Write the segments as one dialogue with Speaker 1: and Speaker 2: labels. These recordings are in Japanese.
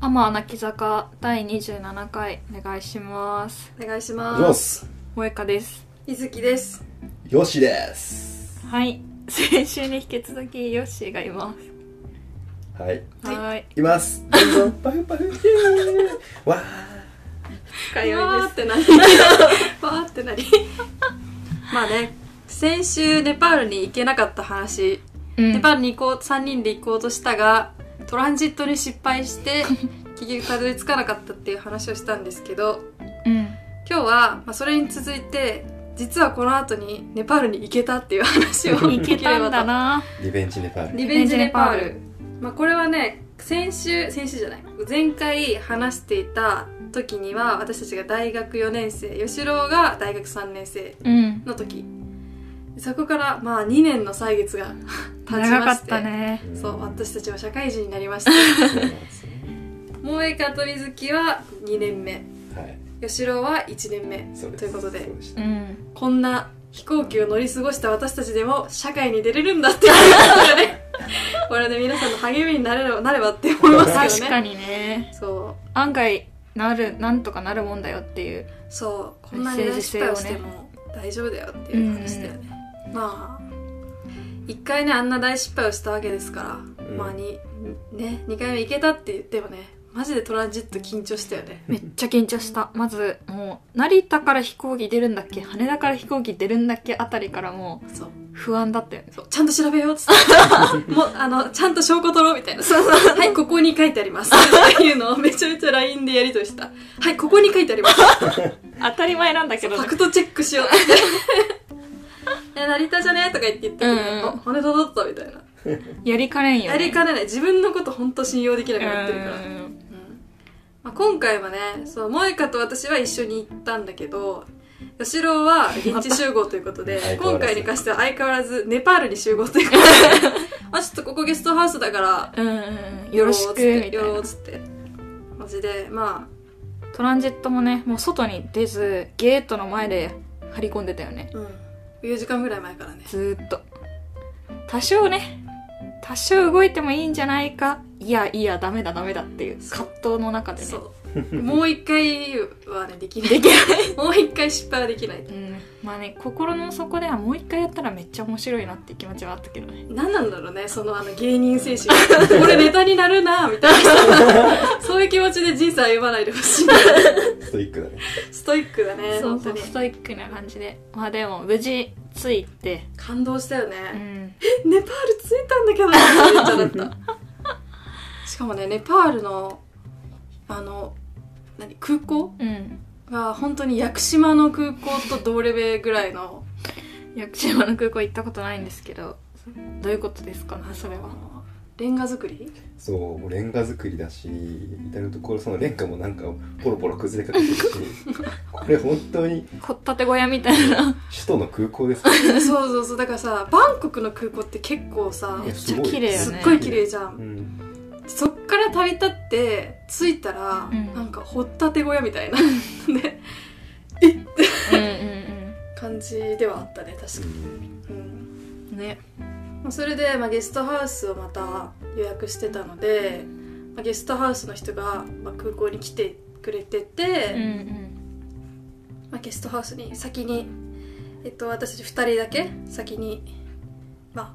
Speaker 1: 天泣き坂第27回お願いします
Speaker 2: お願いし
Speaker 3: お
Speaker 2: ま。
Speaker 3: 願いしますす。
Speaker 1: 萌香です
Speaker 2: いずきです。
Speaker 3: よしです。
Speaker 1: はい先週に引き続きヨッシーがいま
Speaker 3: はい。
Speaker 1: す
Speaker 2: はい
Speaker 1: はい
Speaker 3: います。どんどんパフパフ。イエーイ わ
Speaker 1: 深酔い
Speaker 2: わー
Speaker 1: で
Speaker 2: ってなり。 わーってなり。 まあね、先週ネパールに行けなかった話、
Speaker 1: すうん
Speaker 2: ネパールに行こう、3人で行こうとしたが、トランジットに失 敗して、結局たどり着かなかったっていう話をしたんですけど、
Speaker 1: うん
Speaker 2: 今日は、まあ、それに続いて、実はこの後にネパールに行けたっていう話を
Speaker 1: いけたんだな
Speaker 3: ーリベンジネパール。
Speaker 2: リベンジネパール。まあ、これはね、先週、先週じゃない、前回話していた時には、私たちが大学4年生、吉郎が大学3年生
Speaker 1: うん
Speaker 2: の時。そこから、まあ、2年の歳月が 経ち
Speaker 1: 長か
Speaker 2: ま
Speaker 1: っ
Speaker 2: したて、
Speaker 1: ね
Speaker 2: そう、
Speaker 3: ん
Speaker 2: 私たちは社会人になりました。
Speaker 3: そうなんですね。
Speaker 2: 萌香と水木は2年目、
Speaker 3: はい。
Speaker 2: 吉郎は1年目。
Speaker 3: そうです。
Speaker 2: ということで
Speaker 3: そうし
Speaker 1: う
Speaker 3: た
Speaker 1: ん
Speaker 2: こんな飛行機を乗り過ごした私たちでも社会に出れるんだっていうこと がね、これで皆さんの励みになれればなればって思いますよね。
Speaker 1: 確かにね
Speaker 2: そう
Speaker 1: 案外なるなんとかなるもんだよっていう
Speaker 2: そうこんなに大失敗をしても大丈夫だよっていう話だよね、まあ一回ねあんな大失敗をしたわけですから、
Speaker 3: うん
Speaker 2: まあにね2回目行けたって言ってもねマジでトランジット緊張したよね
Speaker 1: めっちゃ緊張したまずもう成田から飛行機出るんだっけ羽田から飛行機出るんだっけあたりからも
Speaker 2: そう
Speaker 1: う不安だったよね
Speaker 2: そうちゃんと調べようっつってもうあのちゃんと証拠取ろうみたいなはいここに書いてありますっていうのをめちゃめちゃ LINE でやりとりしたはいここに書いてあります
Speaker 1: 当たり前なんだけど
Speaker 2: フ
Speaker 1: ね
Speaker 2: ァクトチェックしようって。え、成田じゃねとか言って言って、
Speaker 1: うんうん
Speaker 2: あ、羽田だったみたいな。
Speaker 1: やりかねんよ、ね、
Speaker 2: やりかねない。自分のことほんと信用できなくなってるから。
Speaker 1: う
Speaker 2: うん
Speaker 1: ん
Speaker 2: まあ、今回はね、そう、萌香と私は一緒に行ったんだけど、吉郎は現地集合というこ とで、
Speaker 3: また
Speaker 2: 今回に関しては相変わらずネパールに集合というこ とで、あ、ちょっとここゲストハウスだから、
Speaker 1: うんうんよろしくみたい
Speaker 2: よろ
Speaker 1: な
Speaker 2: っつって。マジで、ま
Speaker 1: トランジットもねもう外に出ずゲートの前で張り込んでたよね
Speaker 2: あ、うん。4時間ぐらい前からね。
Speaker 1: ずーっと多少ね多少動いてもいいんじゃないかいやいやダメだダメだっていう葛藤の中でね
Speaker 2: そう。もう一回はね、できない。
Speaker 1: できない
Speaker 2: もう一回失敗はできない。
Speaker 1: うん、まあね心の底ではもう一回やったらめっちゃ面白いなっていう気持ちはあったけどね
Speaker 2: 何なんだろうね、そのあの芸人精神。これネタになるなみた いな。そういう気持ちで人生歩まないでほしい。
Speaker 3: ストイックだね。
Speaker 2: ストイックだね、
Speaker 1: そう
Speaker 2: 本
Speaker 1: そ
Speaker 2: 当
Speaker 1: う
Speaker 2: に。
Speaker 1: ストイックな感じでまあでも無事着いて
Speaker 2: 感動したよ
Speaker 1: う
Speaker 2: ね。
Speaker 1: ん
Speaker 2: ネパール着いたんだけど、めっちゃだった。しかもね、ネパールの、あの、何、空港
Speaker 1: うん
Speaker 2: が本当に屋久島の空港と同レベルぐらいの、
Speaker 1: 屋久島の空港行ったことないんですけどどういうことですかねそれは
Speaker 2: レンガ 作り
Speaker 3: そう、レンガ作りだし、至る所そのレンガもなんかポロポロ崩れかけてるし、これ本当に
Speaker 1: こったて小屋みたいな
Speaker 3: 首都の空港ですからね。
Speaker 2: そうそうそうだからさバンコクの空港って結構さ
Speaker 1: めっちゃ
Speaker 3: すごい
Speaker 1: 綺麗よ
Speaker 2: すっ
Speaker 1: ね
Speaker 2: ごい綺麗じゃ
Speaker 3: うんん。
Speaker 2: そっから旅立って着いたら、
Speaker 1: うん
Speaker 2: なんか掘ったて小屋みたいな ね
Speaker 1: うんうん
Speaker 2: 感じではあったね確かに、うん
Speaker 1: うんね
Speaker 2: まあそれで、まあ、ゲストハウスをまた予約してたので、まあ、ゲストハウスの人が、まあ、空港に来てくれてて、
Speaker 1: うんうん
Speaker 2: まあ、ゲストハウスに先に、えっと、私たち2人だけ先にま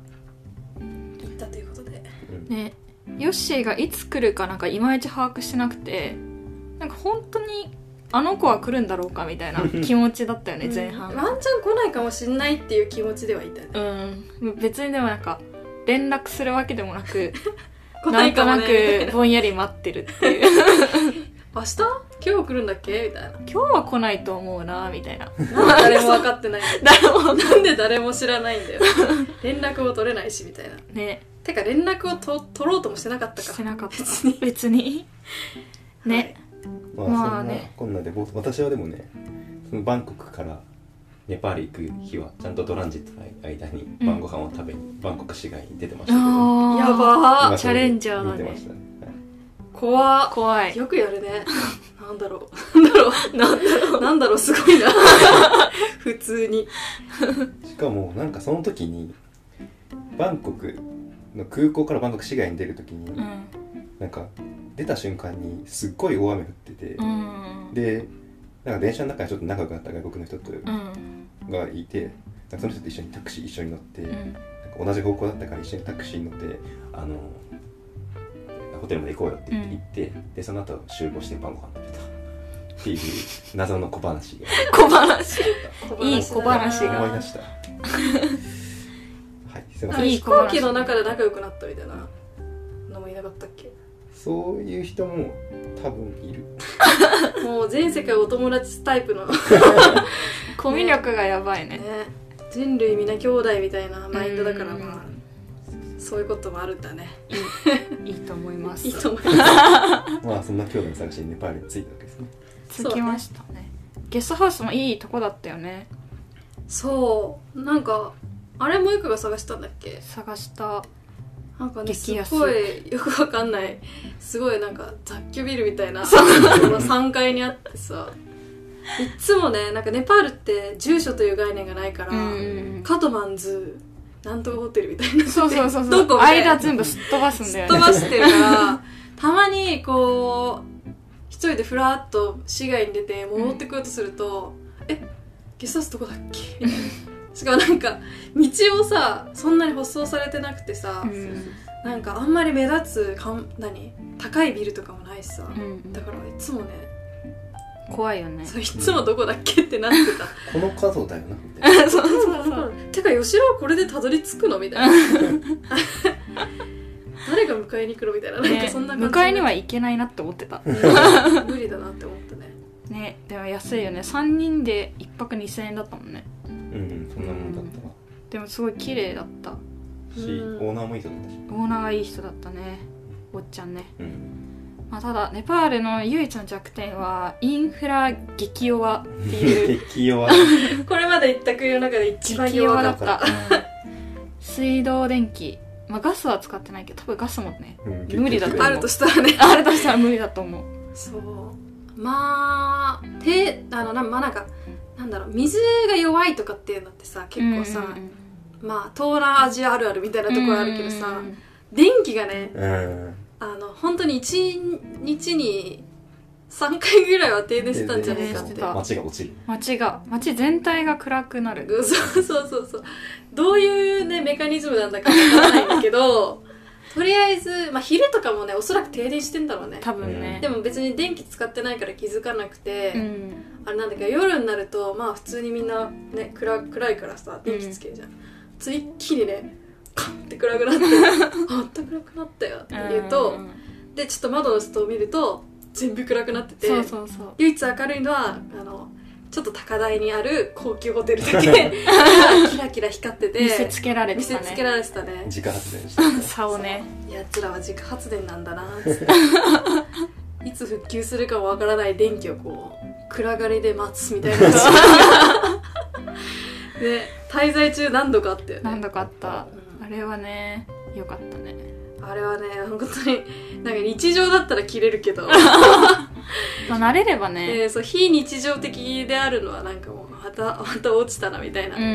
Speaker 2: あ行ったということで
Speaker 3: うん
Speaker 1: ねヨッシーがいつ来るかなんかいまいち把握してなくてなんか本当にあの子は来るんだろうかみたいな 気持ちだったよね前半
Speaker 2: うんワンチャン来ないかもしんないっていう気持ちではいたね
Speaker 1: うん別にでもなんか連絡するわけでもな く
Speaker 2: 来な
Speaker 1: ないん
Speaker 2: か
Speaker 1: と
Speaker 2: も
Speaker 1: な
Speaker 2: ね みた
Speaker 1: く
Speaker 2: いな
Speaker 1: ぼんやり待ってるっていう
Speaker 2: 明日今日来るんだっけみたいな
Speaker 1: 今日は来ないと思うなみ たいな
Speaker 2: なんで誰も分かってないんだよ
Speaker 1: 誰も
Speaker 2: なんで誰も知らないんだよ連絡も取れないしみたいな
Speaker 1: ね
Speaker 2: てか連絡をと取ろうともしてなかった
Speaker 1: して
Speaker 2: か
Speaker 1: なかった
Speaker 2: 別に
Speaker 1: 別 にね、
Speaker 3: まあ、
Speaker 1: まあ
Speaker 3: そんな
Speaker 1: ね
Speaker 3: こんなで僕私はでもねそのバンコクからネパール行く日はちゃんとトランジットの間に
Speaker 1: うん
Speaker 3: 晩ご飯を食べに、バンコク市街に出てましたけど
Speaker 1: ああ
Speaker 2: や
Speaker 3: 今
Speaker 2: ばー
Speaker 3: それで
Speaker 1: チャレンジャーだね
Speaker 3: 見てましたね
Speaker 2: 怖っ
Speaker 1: 怖い
Speaker 2: よくやるねなんだろうなんだろうなんだろうなんだろうすご いな普通に
Speaker 3: はいしかもなんかその時にバンコクの空港からバンコク市街に出る時に、
Speaker 1: うん
Speaker 3: なんか出た瞬間にすっごい大雨降ってて、
Speaker 1: うん
Speaker 3: でなんか電車の中でちょっと仲良くなった外国の人と
Speaker 1: うん
Speaker 3: がいてなんかその人と一緒にタクシー一緒に乗って、
Speaker 1: う
Speaker 3: なんか
Speaker 1: ん
Speaker 3: 同じ方向だったから一緒にタクシーに乗ってあのホテルまで行こうよって言って行って、でその後集合して晩ご飯食べたっていう謎の小話が
Speaker 1: 小話
Speaker 2: ない
Speaker 1: い小話が
Speaker 3: 思い出した はいすいません
Speaker 1: いい
Speaker 2: 飛
Speaker 1: 小話
Speaker 2: 行機の中で仲良くなったみたいなのもいなかったっけ
Speaker 3: そういう人も多分いる
Speaker 2: もう全世界お友達タイプのね
Speaker 1: コミュ力がやばいね
Speaker 2: 人類皆兄弟みたいなマインドだから
Speaker 1: うん
Speaker 2: まあそういうこともあるんだね
Speaker 1: いいと思います
Speaker 2: いいと思います
Speaker 3: まあそんな兄弟の探しにネパールに着いたわけですね
Speaker 1: 着きましたねゲストハウスもいいとこだったよね
Speaker 2: そうなんかあれもゆかが探したんだっけ
Speaker 1: 探 した
Speaker 2: なんかねす
Speaker 1: 激
Speaker 2: っ
Speaker 1: 安
Speaker 2: ごいよくわかんないすごいなんか雑居ビルみたいな3階にあってさいっつもねなんかネパールって住所という概念がないから、
Speaker 1: うん
Speaker 2: カトマンズなんとかホテルみたいな
Speaker 1: そうそう そうそ
Speaker 2: どこ
Speaker 1: う
Speaker 2: みたいな
Speaker 1: 間全部すっ飛ばすんだよ
Speaker 2: 飛
Speaker 1: ね
Speaker 2: ばしてるからたまにこう一人でふらっと市外に出て戻ってこようとすると「えゲストハウスどこだっけ? 」しかもなんか道をさそんなに舗装されてなくてさ、
Speaker 1: うん
Speaker 2: なんかあんまり目立つかん何高いビルとかもないしさ、
Speaker 1: うん
Speaker 2: だからいつもね
Speaker 1: 怖いよね
Speaker 2: そういつもどこだっけってなってた
Speaker 3: この角だよなみたい な
Speaker 1: そうそう
Speaker 2: だからてか吉郎これでたどり着くの みたいな誰が迎えに来るのみたいななんか
Speaker 1: ね
Speaker 2: そんな感じ
Speaker 1: 迎えには行けないなって思ってた
Speaker 2: うん無理だなって思ったね
Speaker 1: ねでも安いよね3人で1泊2000円だったもんね
Speaker 3: うんそんなもんだったわ
Speaker 1: でもすごい綺麗だったオ
Speaker 3: し
Speaker 2: うん
Speaker 3: オーナーもいい人だったし
Speaker 1: ーナーがいい人だったねおっちゃんね、
Speaker 3: うん
Speaker 1: まあ、ただネパールの唯一の弱点はインフラ激弱って いう
Speaker 3: 適用は
Speaker 2: これまで行った国の中で一番
Speaker 1: 激
Speaker 2: 弱
Speaker 1: 弱
Speaker 2: か
Speaker 1: だ
Speaker 2: っ
Speaker 1: ったた水道電気まあガスは使ってないけど多分ガスも ね
Speaker 3: うん
Speaker 1: 無理だった
Speaker 2: あるとしたらね
Speaker 1: あれ出したら無理だと思う
Speaker 2: そうまあてあのなまあなんかなんだろう水が弱いとかっていうのってさ結構さ、
Speaker 1: うん
Speaker 2: まあ東南アジアあるあるみたいなところあるけどさ、
Speaker 1: うん
Speaker 2: 電気がね
Speaker 3: うん
Speaker 2: あの本当に1日に3回ぐらいは停電してたんじゃない
Speaker 1: 停
Speaker 2: かっ
Speaker 1: 電しててた
Speaker 3: 街が落ちる
Speaker 1: 街が街全体が暗くなる
Speaker 2: うんそうそうそうそうどういうねメカニズムなんだかわからないんだけ どとりあえず、まあ、昼とかもねおそらく停電してんだろうね
Speaker 1: 多分ね
Speaker 2: でも別に電気使ってないから気づかなくて、
Speaker 1: うん
Speaker 2: あれなんだけど夜になるとまあ普通にみんなね暗暗いからさ電気つけるじゃん、つい一気にねカンって暗く なってああった暗くなったよって言うと、
Speaker 1: ん
Speaker 2: でちょっと窓の外を見ると全部暗くなってて
Speaker 1: そうそうそう
Speaker 2: 唯一明るいのはあのちょっと高台にある高級ホテルだけ キラキラ光ってて
Speaker 1: 見せつけられ
Speaker 2: 見
Speaker 1: て
Speaker 2: せ
Speaker 1: た
Speaker 2: つ
Speaker 1: ね
Speaker 2: けられてたね
Speaker 3: 自家発電して
Speaker 1: 差をね
Speaker 2: そうやつらは自家発電なんだなっつっていつ復旧するかもわからない電気をこう暗がりで待つみ たいなね滞在中何度かあったよね
Speaker 1: 何度かあった
Speaker 2: うん
Speaker 1: あれはね良かったね
Speaker 2: あれはね本当になんか日常だったら切れるけ ど、
Speaker 1: まあ慣れればね
Speaker 2: えーそう非日常的であるのはなんかもうまたまた落ちたなみたいな、
Speaker 1: うん
Speaker 3: ア
Speaker 1: うん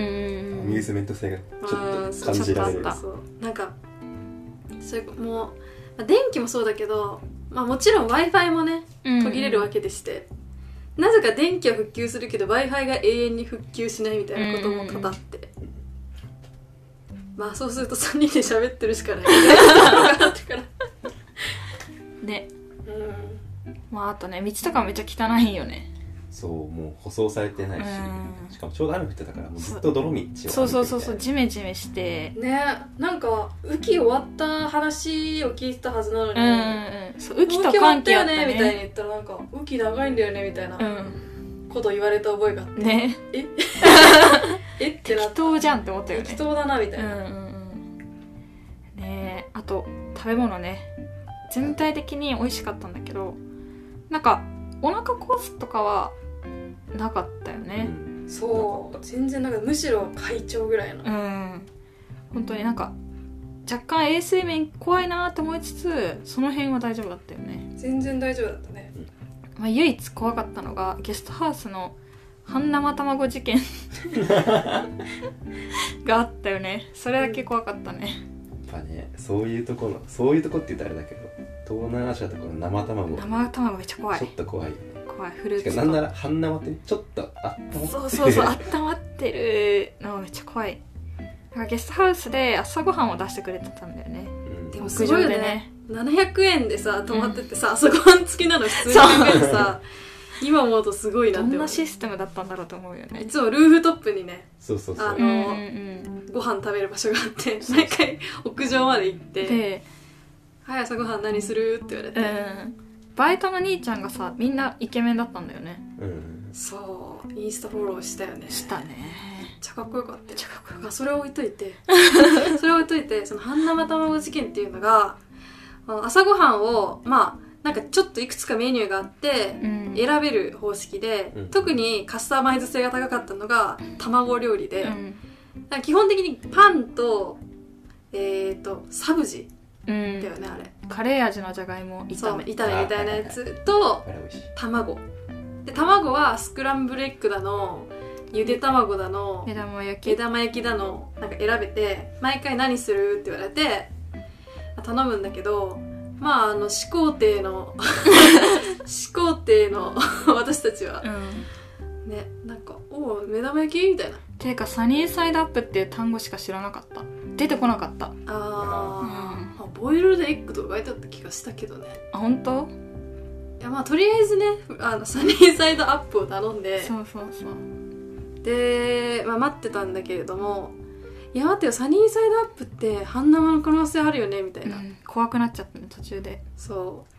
Speaker 3: ミューズメント性がちょっ
Speaker 2: あー
Speaker 3: と
Speaker 2: そう
Speaker 3: 感じられ
Speaker 1: ちょっ
Speaker 3: る
Speaker 1: とあった
Speaker 2: そうなんかそれもうまあ電気もそうだけど、まあ、もちろん w i f i もね
Speaker 1: うん
Speaker 2: 途切れるわけでして、なぜか電気は復旧するけど w i f i が永遠に復旧しないみたいなことも語って、まあそうすると3人で喋ってるしかないみたいなのがあってから、
Speaker 1: ねまああとね道とかめっちゃ汚いよね
Speaker 3: そうもう舗装されてないし
Speaker 1: うん
Speaker 3: しかもちょうど雨降ってたからもうずっと泥道を歩いてみたいな
Speaker 1: そうそうそうそうジメジメして
Speaker 2: ねなんか雨季終わった話を聞いてたはずなの
Speaker 1: うんうんうんそう雨季と寒気あった
Speaker 2: みたいに
Speaker 1: ね
Speaker 2: 言ったらなんか雨季長いんだよねみたいな
Speaker 1: うん
Speaker 2: こと言われた覚えがあって、
Speaker 1: ね
Speaker 2: えってな
Speaker 1: 適
Speaker 2: って
Speaker 1: 当じゃんって思ったよ
Speaker 2: 適
Speaker 1: ね
Speaker 2: 当だなみた
Speaker 1: う
Speaker 2: い
Speaker 1: んう
Speaker 2: な、
Speaker 1: んうんねえあと食べ物ね全体的に美味しかったんだけどなんかお腹壊すとかはなかったよね
Speaker 3: うん
Speaker 2: そう全然なんかむしろ会長ぐらいの、
Speaker 1: うん本当になんか若干衛生面怖いなと思いつつその辺は大丈夫だったよね、
Speaker 2: 全然大丈夫だったね
Speaker 1: まあ、唯一怖かったのがゲストハウスの半生卵事件があったよねそれだけ怖かったね
Speaker 3: やっぱねそういうところそういうとこって言ったらあれだけど東南アジアとかの生卵ち
Speaker 1: 生卵めっちゃ怖い
Speaker 3: ょっと怖いよね
Speaker 1: 怖いフルー
Speaker 3: しか
Speaker 1: ツ
Speaker 3: も
Speaker 1: と
Speaker 3: なんなら半生ってねちょっとあったまって
Speaker 1: そうそうそう 温まってるのめっちゃ怖いなんかゲストハウスで朝ごはんを出してくれてたんだよね
Speaker 3: うん
Speaker 2: でもすごいよ
Speaker 1: 屋上で
Speaker 2: ね
Speaker 1: ね
Speaker 2: 700円でさ泊まってってさ、朝ごはん付きなの普通に考えてさ今思うとすごいな
Speaker 1: ど
Speaker 2: っ
Speaker 1: ん
Speaker 2: て思う
Speaker 1: なシステムだったんだろうと思うよ
Speaker 2: い
Speaker 1: ね
Speaker 2: つもルーフトップにね
Speaker 3: そうそうそう
Speaker 2: あ
Speaker 1: うんうん
Speaker 2: の
Speaker 1: うん
Speaker 2: ご飯食べる場所があって
Speaker 3: そうそう
Speaker 2: 毎回屋上まで行って
Speaker 1: で
Speaker 2: 「はい朝ごはん何する?」って言われて、
Speaker 1: うんバイトの兄ちゃんがさみんなイケメンだったんだよね
Speaker 3: うん
Speaker 2: そうインスタフォローしたよね
Speaker 1: したね
Speaker 2: めっちゃかっこよかった
Speaker 1: めっ
Speaker 2: よ
Speaker 1: ちゃかっこよか
Speaker 2: まあそれを置いといてそれを置いといてその半生卵事件っていうのがあの朝ごはんをまあなんかちょっといくつかメニューがあって
Speaker 1: ったうん
Speaker 2: 選べる方式で、
Speaker 3: うん
Speaker 2: 特にカスタマイズ性が高かったのが卵料理で、
Speaker 1: うん
Speaker 2: だから基本的にパンとえっ、とサブジ
Speaker 1: う
Speaker 2: だよ
Speaker 1: ん
Speaker 2: ねあれ
Speaker 1: カレー味のじゃがいも
Speaker 2: そ
Speaker 1: 炒
Speaker 2: う
Speaker 1: め
Speaker 2: 炒めみたいなやつと
Speaker 3: あれ美味しい
Speaker 2: 卵で卵はスクランブルエッグだのゆで卵だの
Speaker 1: 目玉焼
Speaker 2: 毛
Speaker 1: き
Speaker 2: 玉焼きだのなんか選べて毎回何するって言われて頼むんだけどまああの始皇帝の 始皇帝の私たちは
Speaker 1: うん
Speaker 2: ねなんか「おお目玉焼き?」みたいな
Speaker 1: ていうかサニーサイドアップっていう単語しか知らなかった出てこなかった
Speaker 2: あー、あボイルドエッグとか書いてあった気がしたけどね
Speaker 1: あ本当
Speaker 2: いやまあとりあえずねあのサニーサイドアップを頼んで
Speaker 1: そうそうそう
Speaker 2: で、まあ、待ってたんだけれども「いや待ってよサニーサイドアップって半生の可能性あるよね」みたいな、
Speaker 1: うん怖くなっちゃったね途中で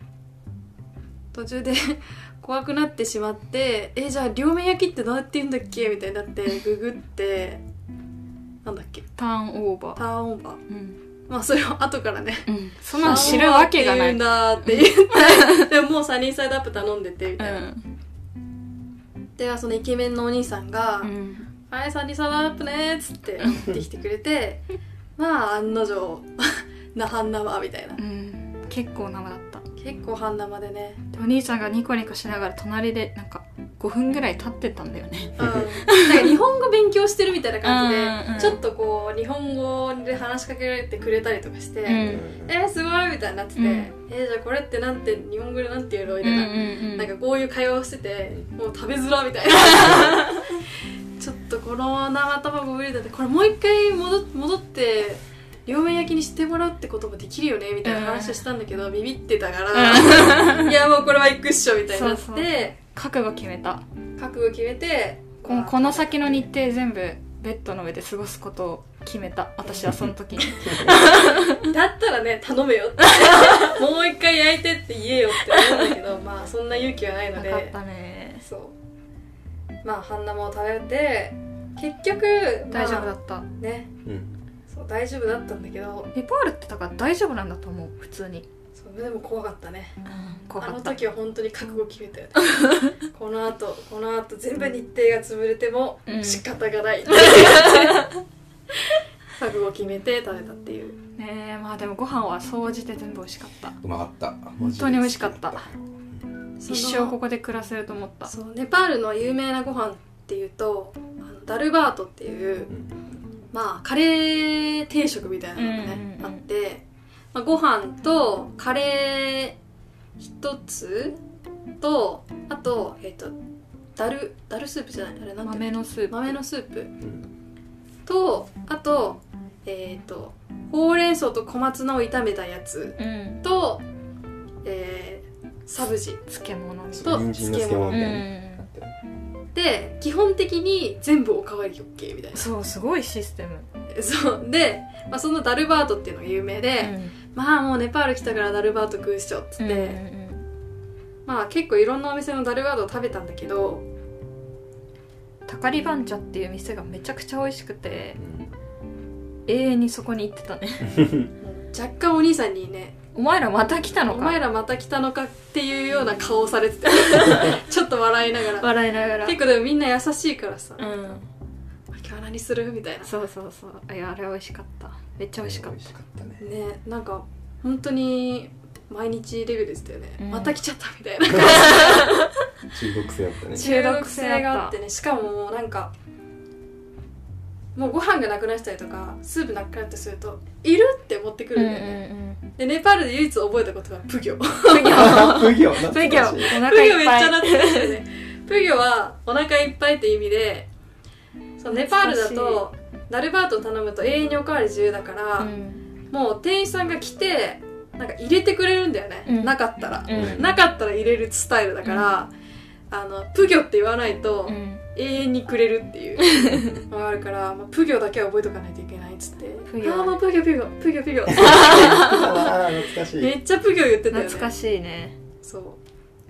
Speaker 2: そう途中で 怖くなってしまって「えじゃあ両面焼きってどうやって言うんだっけ?」みたいになってググってなんだっけ
Speaker 1: ターンオーバ
Speaker 2: タ
Speaker 1: ー
Speaker 2: ーンオーバー
Speaker 1: うん、
Speaker 2: まあそれを後からね
Speaker 1: うん、そんなの知るわけがない
Speaker 2: ターンオーバーって言うんだって言って でももうサニーサイドアップ頼んでてみ
Speaker 1: う
Speaker 2: たいな、
Speaker 1: ん
Speaker 2: でそのイケメンのお兄さんが「
Speaker 1: うん
Speaker 2: はいサニーサイドアップね」っつって持ってきてくれてまあ案の定 な半生みたいな
Speaker 1: うん結構生だった
Speaker 2: 結構半生でね
Speaker 1: でお兄さんがニコニコしながら隣でなんか5分ぐらい立ってたんだよね
Speaker 2: うんなんか日本語勉強してるみたいな感じで、
Speaker 1: うんうん
Speaker 2: ちょっとこう日本語で話しかけられてくれたりとかして「
Speaker 1: うん
Speaker 2: えー、すごい!」みたいになってて「
Speaker 1: うん
Speaker 2: えー、じゃあこれってなんて日本語でなんて言うの?」みたいな、
Speaker 1: ん
Speaker 2: なんかこういう会話をしてて、
Speaker 3: う
Speaker 2: もう食べづらみたいな ちょっとこの生卵無理だってこれもう一回戻っ戻って両面焼きにしてもらうってこともできるよねみたいな話をしたんだけど、ビビってたから、 いやもうこれは行くっしょみたいになって
Speaker 1: そうそう覚悟決めた
Speaker 2: 覚悟決めて
Speaker 1: このこの先の日程全部ベッドの上で過ごすことを決めた私はその 時に
Speaker 2: だったらね頼めよって もう一回焼いてって言えよって思うんだけどまあそんな勇気はないの
Speaker 1: な
Speaker 2: で
Speaker 1: かったね
Speaker 2: そうまあ半生を食べて結局、まあ
Speaker 1: 大丈夫だった
Speaker 2: ね
Speaker 3: うん
Speaker 2: そう大丈夫だったんだけど
Speaker 1: ネパールってだから大丈夫なんだと思う普通に、
Speaker 2: そうでも怖かったね
Speaker 1: 怖
Speaker 2: あ
Speaker 1: か
Speaker 2: の
Speaker 1: った
Speaker 2: 時は本当に覚悟決めたよ ねこのあとこのあと全部日程が潰れても
Speaker 1: うん
Speaker 2: 仕方がない、 覚悟決めて食べたっていう
Speaker 1: ねえまあでもご飯は総じて全部美味しかった
Speaker 3: うまかった
Speaker 1: 本当に美味しかった
Speaker 2: そ
Speaker 1: 一
Speaker 2: の
Speaker 1: 生ここで暮らせると思った
Speaker 2: そうネパールの有名なご飯っていうとあのダルバートっていう、
Speaker 3: うん
Speaker 2: まあ、カレー定食みたいなのがね、
Speaker 1: うんうんうん
Speaker 2: あって、まあ、ご飯とカレー一つとあと,、えっとダルダルスープじゃないあれなんていう
Speaker 1: 豆のスープ
Speaker 2: の豆のスープ
Speaker 3: うん
Speaker 2: とあと,、えっとほうれん草と小松菜を炒めたやつ
Speaker 1: うん
Speaker 2: と、えーサブジ
Speaker 1: 漬物みたい
Speaker 3: そう人参の漬物
Speaker 1: な
Speaker 3: みたいな
Speaker 1: う
Speaker 3: あっ
Speaker 1: ん
Speaker 3: たよね
Speaker 2: で基本的に全部おかわり OK みたいな
Speaker 1: そうすごいシステム
Speaker 2: そうで、まあ、そのダルバートっていうのが有名で、まあもうネパール来たからダルバート食うっしょっつ
Speaker 1: う
Speaker 2: っ
Speaker 1: ん
Speaker 2: て、
Speaker 1: うん
Speaker 2: まあ結構いろんなお店のダルバートを食べたんだけど
Speaker 1: タカリバンチャっていう店がめちゃくちゃ美味しくて
Speaker 3: うん
Speaker 1: 永遠にそこに行ってたね
Speaker 2: 若干お兄さんにね
Speaker 1: お前らまた来た
Speaker 2: 「
Speaker 1: の
Speaker 2: お
Speaker 1: か
Speaker 2: 前らまた来たのか」っていうような顔をされ ててちょっと笑いながら
Speaker 1: 笑いながら
Speaker 2: 結構でもみんな優しいからさ「
Speaker 1: うん
Speaker 2: 今日は何する?」みたいな
Speaker 1: そうそうそういやあれ美味しかっためっちゃ美味しかっ
Speaker 3: 美味しかったね
Speaker 2: ねなんか本当に毎日レベルでしたよね、
Speaker 1: うん
Speaker 2: また来ちゃったみたいな
Speaker 3: 中国製だったね
Speaker 2: 中毒性があってねしかももうなんかもうご飯がなくなったりとかスープなくなったりすると「いる?」って持ってく
Speaker 1: たう
Speaker 2: る
Speaker 1: んう
Speaker 2: ん
Speaker 1: ん
Speaker 2: だよね、でネパールで唯一覚えたことがプギョ
Speaker 1: プギョ
Speaker 3: プギョ懐
Speaker 1: プ ギョ
Speaker 3: かしい
Speaker 1: お
Speaker 2: プ
Speaker 1: 腹
Speaker 2: ギ
Speaker 1: い
Speaker 2: ョ
Speaker 1: っ
Speaker 2: めっち
Speaker 1: ぱい
Speaker 2: ゃなってましたよねプギョはお腹いっぱいって意味でそうネパールだとダルバートを頼むと永遠におかわり自由だから、
Speaker 1: うん
Speaker 2: もう店員さんが来てなんか入れてくれるんだよね、
Speaker 1: うん
Speaker 2: なかったら、
Speaker 1: うん
Speaker 2: なかったら入れるスタイルだから、あのプギョって言わないと、
Speaker 1: うん
Speaker 2: 永遠にくれるっていう のがあるから、まあ、プギョだけは覚えとかないといけないっつって「
Speaker 1: プギョ
Speaker 2: ああもうプギョプギョプギョ プギョ」
Speaker 3: あー懐かし
Speaker 2: め
Speaker 3: い
Speaker 2: っちゃプギョ言ってたよね
Speaker 1: 懐かしいね
Speaker 2: そう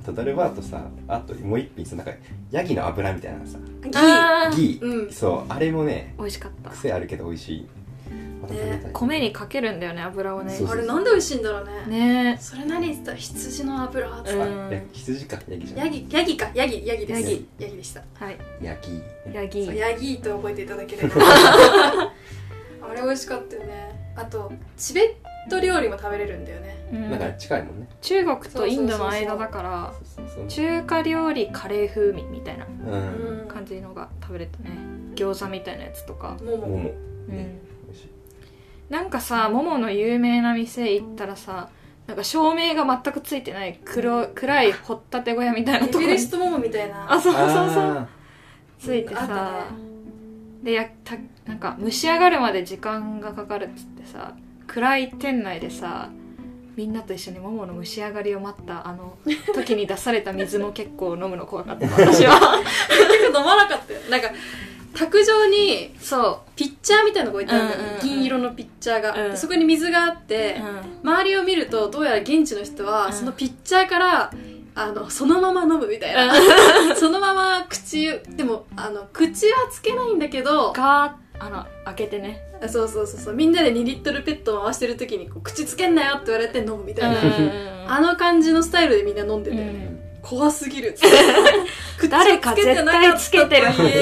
Speaker 3: あとダルバートさあともう一品さなんかヤギの油みたいなのさ
Speaker 2: ギー
Speaker 1: あー
Speaker 3: ギー、
Speaker 2: うん
Speaker 3: そうあれもね
Speaker 1: 美味しかった
Speaker 3: 癖あるけど美味しいまた食べたい、
Speaker 1: 米にかけるんだよね油をね
Speaker 3: そう
Speaker 2: あれなんで美味しいんだろうね
Speaker 1: ね
Speaker 2: それ何言ってた羊の油っつっ
Speaker 1: う
Speaker 2: た、
Speaker 1: ん
Speaker 3: あや羊かヤギじゃん
Speaker 2: ヤギヤギかヤギヤギです
Speaker 1: ヤ
Speaker 3: ギ
Speaker 2: ヤギでした
Speaker 1: はい
Speaker 3: ヤギ
Speaker 1: ヤギ
Speaker 3: そう
Speaker 2: ヤギと覚えていただけれ ばあれ美味しかったよねあとチベット料理も食べれるんだよね
Speaker 1: うん
Speaker 3: なんか近いもんね
Speaker 1: 中国とインドの間だから
Speaker 3: そうそうそう
Speaker 1: 中華料理カレー風味みたいな
Speaker 3: う
Speaker 2: うん
Speaker 1: 感じのが食べれたね餃子みたいなやつとか、
Speaker 2: も
Speaker 3: も
Speaker 2: も
Speaker 1: う
Speaker 3: もね
Speaker 1: ん、
Speaker 3: 美味しい
Speaker 1: なんかさももの有名な店行ったらさなんか照明が全くついてない黒暗い掘ったて小屋みたいな
Speaker 2: エ
Speaker 1: とこ
Speaker 2: ベ
Speaker 1: に
Speaker 2: レストももみたいな
Speaker 1: あそうそうそう
Speaker 3: あ
Speaker 1: ついて
Speaker 2: あっ
Speaker 1: さ
Speaker 2: たね
Speaker 1: でやたなんか蒸し上がるまで時間がかかるっつってさ暗い店内でさみんなと一緒にももの蒸し上がりを待ったあの時に出された水も結構飲むの怖かった私は
Speaker 2: 結構飲まなかったよなんか卓上に
Speaker 1: そ
Speaker 2: ピッチャーみたいなのが置いてあるんだよね、
Speaker 1: うんうんうん
Speaker 2: 銀色のピッチャーが、
Speaker 1: うん
Speaker 2: でそこに水があって
Speaker 1: う、、うん、
Speaker 2: 周りを見るとどうやら現地の人
Speaker 1: うん
Speaker 2: はそのピッチャーから、あのそのまま飲むみたいな、 そのまま口でもあの口はつけないんだけ
Speaker 1: ガ
Speaker 2: ど
Speaker 1: ーッあの開けてね
Speaker 2: あそうそうそうそうみんなで2リットルペットを回してる時にこう口つけんなよって言われて飲むみたいな、
Speaker 1: あ
Speaker 2: あの感じのスタイルでみんな飲んでたよね、
Speaker 1: うん
Speaker 2: 怖すぎるっつって口を
Speaker 1: 誰か
Speaker 2: つけてなかった
Speaker 1: 絶対つけてる
Speaker 2: とはい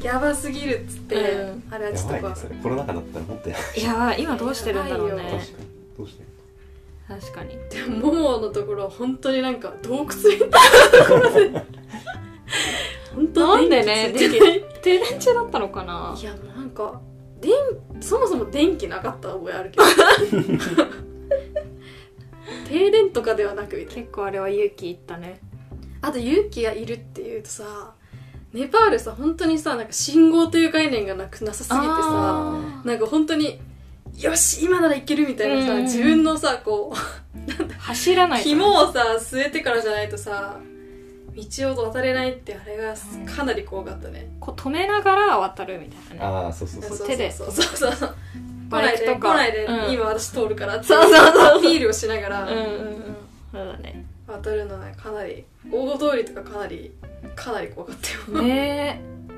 Speaker 2: えやばすぎるっつって、
Speaker 1: う
Speaker 2: あれは
Speaker 3: や
Speaker 2: ちょっと
Speaker 3: ばいね
Speaker 2: 怖
Speaker 3: それコロナ禍だったらもっとや
Speaker 1: いやー今どうしてるんだろう
Speaker 2: や
Speaker 1: ね
Speaker 2: ばいよ
Speaker 3: 確かにどうして
Speaker 1: 確かに
Speaker 2: でももものところは本当になんか洞窟みたいなところで本当
Speaker 1: なん
Speaker 2: に
Speaker 1: でね
Speaker 2: 電気ついてない
Speaker 1: 停電中だったのかない
Speaker 2: やもうなんか電そもそも電気なかった覚えあるけ ど停電とかではなくみたいな
Speaker 1: 結構あれは勇気いったね
Speaker 2: あと勇気がいるっていうとさネパールさ本当にさなんか信号という概念がなくなさすぎてさ
Speaker 1: あ
Speaker 2: なんか本当によし今ならいけるみたいな
Speaker 1: うん
Speaker 2: さ
Speaker 1: うんうん
Speaker 2: 自分のさこう
Speaker 1: ー走らない
Speaker 2: 紐をさ据えてからじゃないとさ道を渡れないってあれがかなり怖かったね
Speaker 1: こう止めながら渡るみたいなね
Speaker 3: ああそうそうそう
Speaker 1: 手で
Speaker 2: そうそうそうそう来
Speaker 1: バ
Speaker 2: な
Speaker 1: イ
Speaker 2: い
Speaker 1: ク
Speaker 2: で
Speaker 1: と
Speaker 2: 来
Speaker 1: か
Speaker 2: ないで、
Speaker 1: うん
Speaker 2: 今私通るからって
Speaker 1: そうそうそう
Speaker 2: アピールをしながら
Speaker 1: うんうんうんそうだね
Speaker 2: 渡るのはかなり大通りとかかなりかなり怖かったよ、
Speaker 1: ねえ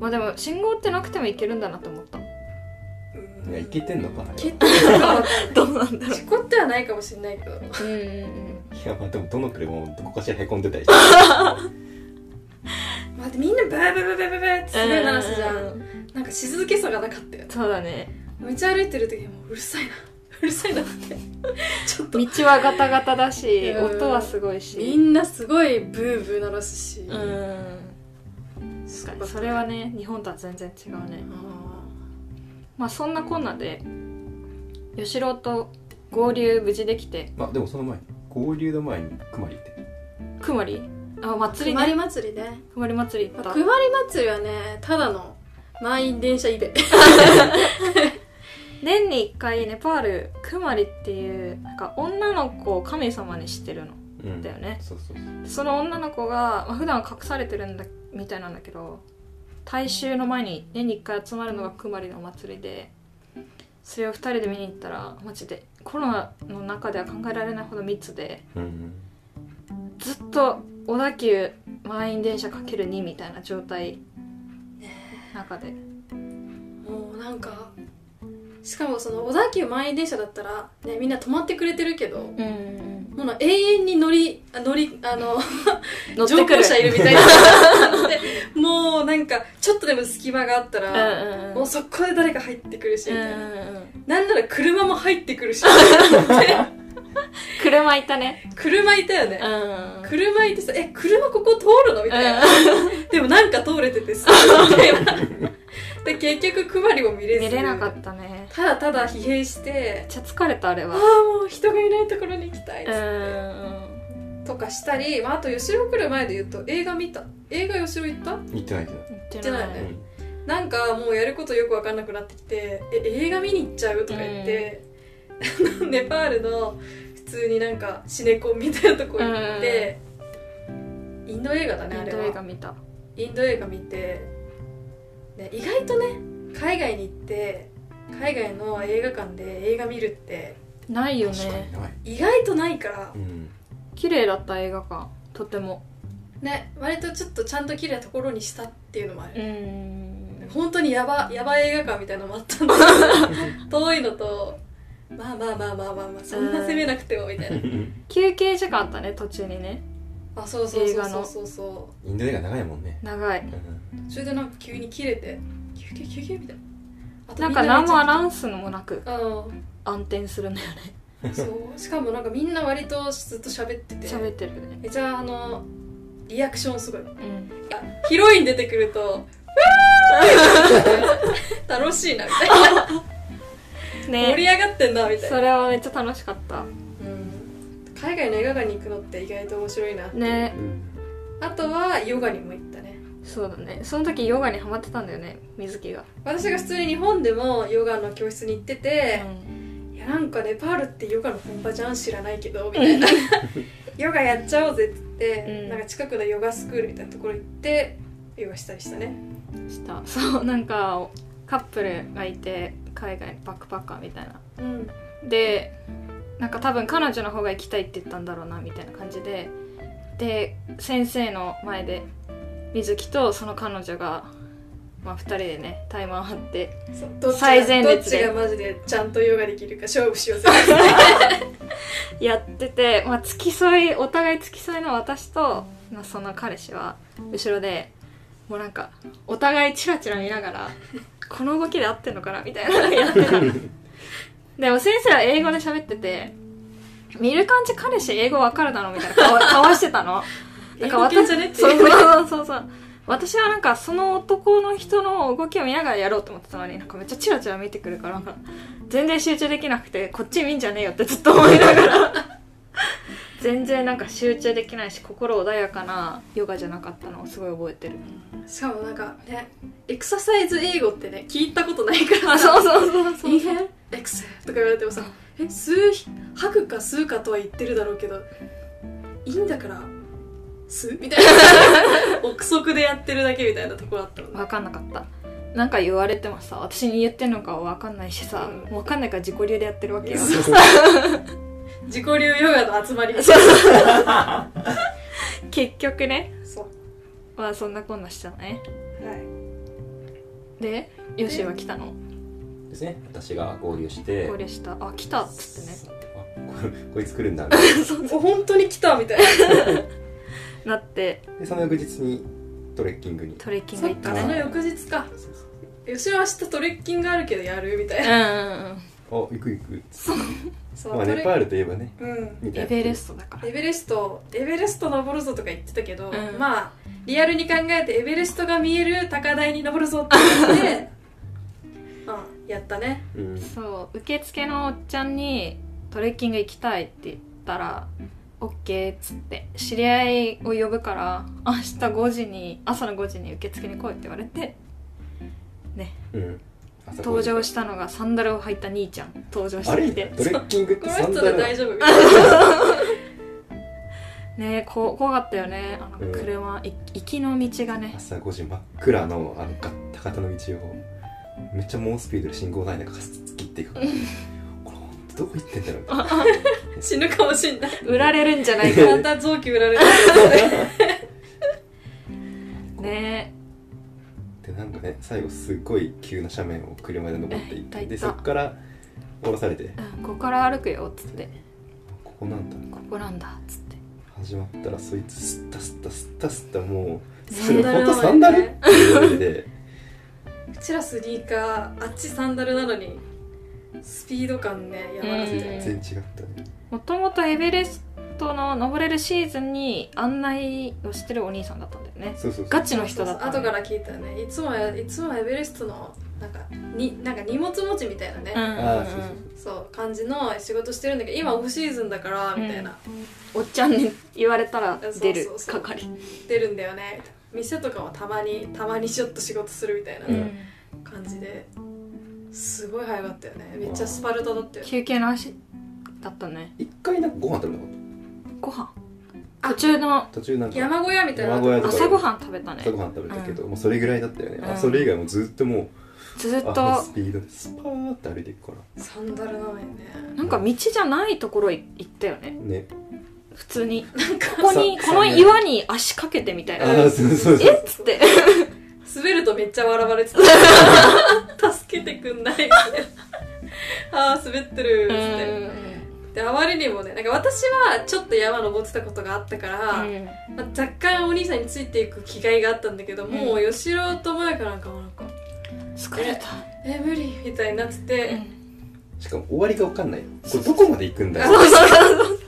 Speaker 1: まあでも信号ってなくてもいけるんだなと思った
Speaker 2: うん
Speaker 3: いやいけてんのかなあれは
Speaker 2: 行けてるのかわかん
Speaker 1: どうなんだ
Speaker 2: ない事故ってはないかもしれないけど
Speaker 1: うんうんうん
Speaker 3: いやまあでもどの車もどこかしらへこんでたりして
Speaker 2: まあ、みんなブーブーブーブーブーブーってすごい鳴らすじゃん、
Speaker 1: うう
Speaker 2: なんか静けさがなかったよ
Speaker 1: そうだね
Speaker 2: 道歩いてる時もううるさいなうるさいなってちょっと
Speaker 1: 道はガタガタだし
Speaker 2: うん
Speaker 1: 音はすごい
Speaker 2: み
Speaker 1: し
Speaker 2: んなすごいブーブー鳴らすし、
Speaker 1: うん
Speaker 2: す
Speaker 1: 確か
Speaker 2: ごかった
Speaker 1: にそれはね日本とは全然違うねまあそんなこんなで吉郎と合流無事できて
Speaker 3: まあでもその前に合流の前にクマリって
Speaker 1: くまりあ祭
Speaker 2: く
Speaker 1: り
Speaker 2: まり
Speaker 1: ね
Speaker 2: 祭りね
Speaker 1: くまり祭り行っ
Speaker 2: ま
Speaker 1: た
Speaker 2: あくまり祭りはねただの満員電車イベ
Speaker 1: 年に1回ネパールくまりっていうなんか女の子を神様にしてるの
Speaker 3: うん
Speaker 1: だよね
Speaker 3: そうそうそう
Speaker 1: その女の子が、まあ、普段は隠されてるんだみたいなんだけど大衆の前に年に1回集まるのがくまりのお祭りでそれを2人で見に行ったらマジでコロナの中では考えられないほど密で
Speaker 3: うん
Speaker 1: ずっと小田急満員電車 ×2 みたいな状態の中で
Speaker 2: もうなんかしかもその小田急満員電車だったら、ね、みんな止まってくれてるけども
Speaker 1: うん
Speaker 2: うな永遠に乗りあ乗りあの
Speaker 1: 乗って
Speaker 2: 乗
Speaker 1: くる
Speaker 2: 降者いるみたい な感じでもうなんかちょっとでも隙間があった
Speaker 1: う
Speaker 2: ら、
Speaker 1: んうんうん
Speaker 2: もうそこで誰か入ってくるし
Speaker 1: う
Speaker 2: み
Speaker 1: ん
Speaker 2: たいな、
Speaker 1: うんうん
Speaker 2: なんなら車も入って くるし
Speaker 1: 車いたね
Speaker 2: 車いたよね、
Speaker 1: うんうん
Speaker 2: 車いてさ「え車ここ通るの?」みたいな、
Speaker 1: うん
Speaker 2: で もなんか通れててすごいみたいなで結局くまりも見れず
Speaker 1: 見れなかったね
Speaker 2: ただただ疲弊して
Speaker 1: ちゃ疲れたあれ
Speaker 2: ああ
Speaker 1: は
Speaker 2: もう人がいないところに行きたいっつ
Speaker 1: う
Speaker 2: って、
Speaker 1: ん
Speaker 2: とかしたり、まあ、あと吉郎来る前で言うと映画見た映画吉郎行った
Speaker 3: 言ってないけど、
Speaker 1: 言っ
Speaker 2: じ
Speaker 1: て
Speaker 2: ゃ
Speaker 1: な
Speaker 2: ないい
Speaker 3: うん
Speaker 2: ねなんかもうやることよく分かんなくなってきて「え映画見に行っちゃう?」とか言って、 ネパールの普通になんかシネコンみたいなとこ行って、インド映画だねあ
Speaker 1: イン
Speaker 2: れ
Speaker 1: ド
Speaker 2: は
Speaker 1: 映画見た
Speaker 2: インド映画見て、ね、意外とね海外に行って海外の映画館で映画見るって
Speaker 1: ないよ
Speaker 3: 確か
Speaker 1: ね
Speaker 3: にない、
Speaker 2: 意外とないから
Speaker 3: う、ん、
Speaker 1: 綺麗だった映画館とても
Speaker 2: ね割とちょっとちゃんと綺麗なところにしたっていうのもある、
Speaker 1: うん
Speaker 2: 本当にやばやばい映画館みたいなのもあった んだけど遠いのとまあまあまあまあまあまあそんな責めなくてもみたいな、
Speaker 1: 休憩時間あったね途中にね
Speaker 2: あそうそう
Speaker 1: 映
Speaker 2: そう
Speaker 1: 画
Speaker 2: そ
Speaker 1: の
Speaker 2: うそうそ
Speaker 3: インド映画長いもんね、
Speaker 1: 長いう
Speaker 2: うそれでなんか急に切れて休憩休憩みたいなあと
Speaker 1: な
Speaker 2: み
Speaker 1: ん
Speaker 2: な
Speaker 1: か何もアナウ
Speaker 2: ん
Speaker 1: ンスもなく暗転するんだよね
Speaker 2: うんそうしかもなんかみんな割とずっと喋ってて
Speaker 1: 喋ってるね
Speaker 2: めちゃあのリアクションすごい
Speaker 1: うん
Speaker 2: あヒロイン出てくると 「うわー!」楽しいなみたいな盛り
Speaker 1: ね
Speaker 2: 上がってんなみたいな
Speaker 1: それはめっちゃ楽しかった
Speaker 2: うん海外の映画館に行くのって意外と面白いなっていう
Speaker 1: ね
Speaker 3: ん
Speaker 2: あとはヨガにも行ったね
Speaker 1: そうだねその時ヨガにハマってたんだよね水木が
Speaker 2: 私が普通に日本でもヨガの教室に行ってて、いやなんかネパールってヨガの本場じゃん知らないけどみた いなヨガやっちゃおうぜっつって、
Speaker 1: うん
Speaker 2: なんか近くのヨガスクールみたいなところ行ってヨガしたりしたね
Speaker 1: うんしたそうなんかカップルがいて海外バックパッカーみたいな
Speaker 2: うん
Speaker 1: でなんか多分彼女の方が行きたいって言ったんだろうなみたいな感じでで先生の前で水木とその彼女が、まあ、2人でねタイマー張って
Speaker 2: そうどっち
Speaker 1: 最
Speaker 2: が
Speaker 1: 前
Speaker 2: どっ
Speaker 1: 列
Speaker 2: ち
Speaker 1: で
Speaker 2: がマジでちゃんとヨガできるか勝負し ようぜう
Speaker 1: やってて、まあ、付き添いお互い付き添いの私と、まあ、その彼氏は後ろでもうなんかお互いチラチラ見ながらこの動きで合ってんのかなみたいなのやってたでも先生は英語で喋ってて見る感じ彼氏英語わかるだろうみたいな顔顔してたの
Speaker 2: 英
Speaker 1: だ
Speaker 2: 語
Speaker 1: 私
Speaker 2: 系じゃねって
Speaker 1: そう
Speaker 2: いう
Speaker 1: そうそうそう私はなんかその男の人の動きを見ながらやろうと思ってたのになんかめっちゃチラチラ見てくるから全然集中できなくてこっち見んじゃねえよってずっと思いながら 全然なんか集中できないし心穏やかなヨガじゃなかったのをすごい覚えてる
Speaker 2: んしかもなんかねエクササイズ英語ってね聞いたことないから
Speaker 1: あそうそうそうそう
Speaker 2: イ ンヘルエクセルとか言われてもさ「え吸う吐くか吸うかとは言ってるだろうけどいいんだから吸う?」みたい な憶測でやってるだけみたいなところあったもんね
Speaker 1: 分かんなかったなんか言われてもさ私に言ってんのか分かんないしさ、
Speaker 2: うん
Speaker 1: 分かんないから自己流でやってるわ けよ
Speaker 2: そう自己流ヨガの集まり
Speaker 1: そう結局ね
Speaker 2: そ
Speaker 1: まあそんなこんなしたのね
Speaker 2: うはい
Speaker 1: でヨシは来たの
Speaker 3: ですね私が合流して
Speaker 1: 合流したあ来たっつってね
Speaker 3: あ ここいつ来るんだみたい
Speaker 2: お本当に来たみたいな
Speaker 1: なって
Speaker 3: なでその翌日にトレッキングに
Speaker 1: トレッキング
Speaker 2: そ
Speaker 1: 行
Speaker 2: っ
Speaker 1: った
Speaker 2: か
Speaker 1: ね
Speaker 2: その翌日か吉は明日トレッキングあるけどやるみたいな
Speaker 1: うんうんうん
Speaker 3: あ行く行く
Speaker 2: そう
Speaker 3: まあ
Speaker 2: ト
Speaker 3: ネ
Speaker 2: レ
Speaker 3: パールといえばね
Speaker 2: うん
Speaker 3: みたい
Speaker 1: エ
Speaker 3: な
Speaker 1: ベレストだから
Speaker 2: エベレストエベレスト登るぞとか言ってたけ
Speaker 1: う
Speaker 2: ど、
Speaker 1: ん
Speaker 2: まあリアルに考えてエベレストが見える高台に登るぞって言 って、まあ、やったね
Speaker 3: うん
Speaker 1: そう受付のおっちゃんに「トレッキング行きたい」って言ったら「OK」っつって知り合いを呼ぶから明日5時に朝の5時に受付に来いって言われて
Speaker 3: うん朝合
Speaker 1: 登
Speaker 3: 流
Speaker 1: 場したのがサンダルを履いた兄ちゃん登場し
Speaker 3: あ
Speaker 1: て
Speaker 3: れ
Speaker 1: き
Speaker 3: トレ
Speaker 1: て
Speaker 3: ッキングっ
Speaker 2: こ
Speaker 3: て
Speaker 2: の
Speaker 3: サン
Speaker 2: 人
Speaker 3: ダ
Speaker 2: で
Speaker 3: ル
Speaker 2: 大丈夫みたいな
Speaker 1: ねえこ怖かったよねあの
Speaker 3: うん
Speaker 1: 車、い行きの道がね
Speaker 3: 朝5時真っ暗のあのガッタガタの道をめっちゃ猛スピードで信号台なんか突っ切っていくからこれほんとどこ行ってんだろうみたいな
Speaker 2: 死ぬかもしんない
Speaker 1: 売られるんじゃないか
Speaker 2: また臓器売られる
Speaker 1: ね
Speaker 3: でなんかね最後すごい急な斜面を車で登って
Speaker 1: え
Speaker 3: いっ
Speaker 1: 行
Speaker 3: て
Speaker 1: った行
Speaker 3: でそ
Speaker 1: った
Speaker 3: っから降ろされて
Speaker 1: え、うん、ここから歩くよっつって
Speaker 3: ここなんだ
Speaker 1: ここなんだっつって
Speaker 3: 始まったらそいつすったすったすったすったもう
Speaker 1: サ
Speaker 3: そ
Speaker 1: ン
Speaker 3: れ
Speaker 1: ダ
Speaker 3: ほん
Speaker 2: ル
Speaker 3: とサンダル
Speaker 2: をね
Speaker 3: っていうレベルで
Speaker 2: うちらスニーカーあっちサンダルなのにスピード感ねやばかったよ
Speaker 1: うん
Speaker 2: ね
Speaker 3: 全然違ったね
Speaker 1: もともとエベレストの登れるシーズンに案内をしてるお兄さんだったんだよね
Speaker 3: そうそうそう
Speaker 1: ガチの人だった、
Speaker 2: そうそう後から聞いたよねいつもやいつもエベレストのなんかになんか荷物持ちみたいなね、
Speaker 1: うんうんうん
Speaker 3: ああそうそう
Speaker 2: そう感じの仕事してるんだけど今オフシーズンだからみたいな、
Speaker 1: おっちゃんに言われたら出る
Speaker 2: そうそうそう
Speaker 1: 係
Speaker 2: 出るんだよねみたいな店とかもたまにたまにちょっと仕事するみたいな
Speaker 3: うん
Speaker 2: 感じですごい早かったよねめっちゃスパルタだったよね
Speaker 1: 休憩なしだったね
Speaker 3: 一回なんかご飯食べたこ
Speaker 1: ご飯途中の
Speaker 3: と途中なんか
Speaker 2: 山小屋みたいな
Speaker 3: 山小屋とか
Speaker 1: 朝ごはん食べたね
Speaker 3: 朝ご飯食べたけど、もうそれぐらいだったよね、
Speaker 1: うん
Speaker 3: あそれ以外もずっとも
Speaker 1: ずっ
Speaker 3: うあの
Speaker 1: と
Speaker 3: スピードでスパーって歩いていくか
Speaker 2: サンダルなのよね
Speaker 1: なんか道じゃないところい行ったよね
Speaker 3: らね
Speaker 1: 普通に
Speaker 2: なんか
Speaker 1: ここに
Speaker 3: さ
Speaker 1: この岩に足かけてみたい
Speaker 3: あ
Speaker 1: な
Speaker 3: あそうそうそう
Speaker 1: えっつって
Speaker 2: 滑るとめっちゃ笑われて た助けてくんないみたいなあー滑って
Speaker 1: う
Speaker 2: るっつって
Speaker 1: ん
Speaker 2: であまりにもねなんか私はちょっと山登ってたことがあったから、
Speaker 1: うん
Speaker 2: まあ、若干お兄さんについていく気概があったんだけど、もう吉郎ともやかなんかもなんか
Speaker 1: 疲れた
Speaker 2: 「え無理」みたいになってて、
Speaker 1: うん
Speaker 3: しかも終わりが分かんないこれどこまで行くんだよ
Speaker 2: そうそうそうそう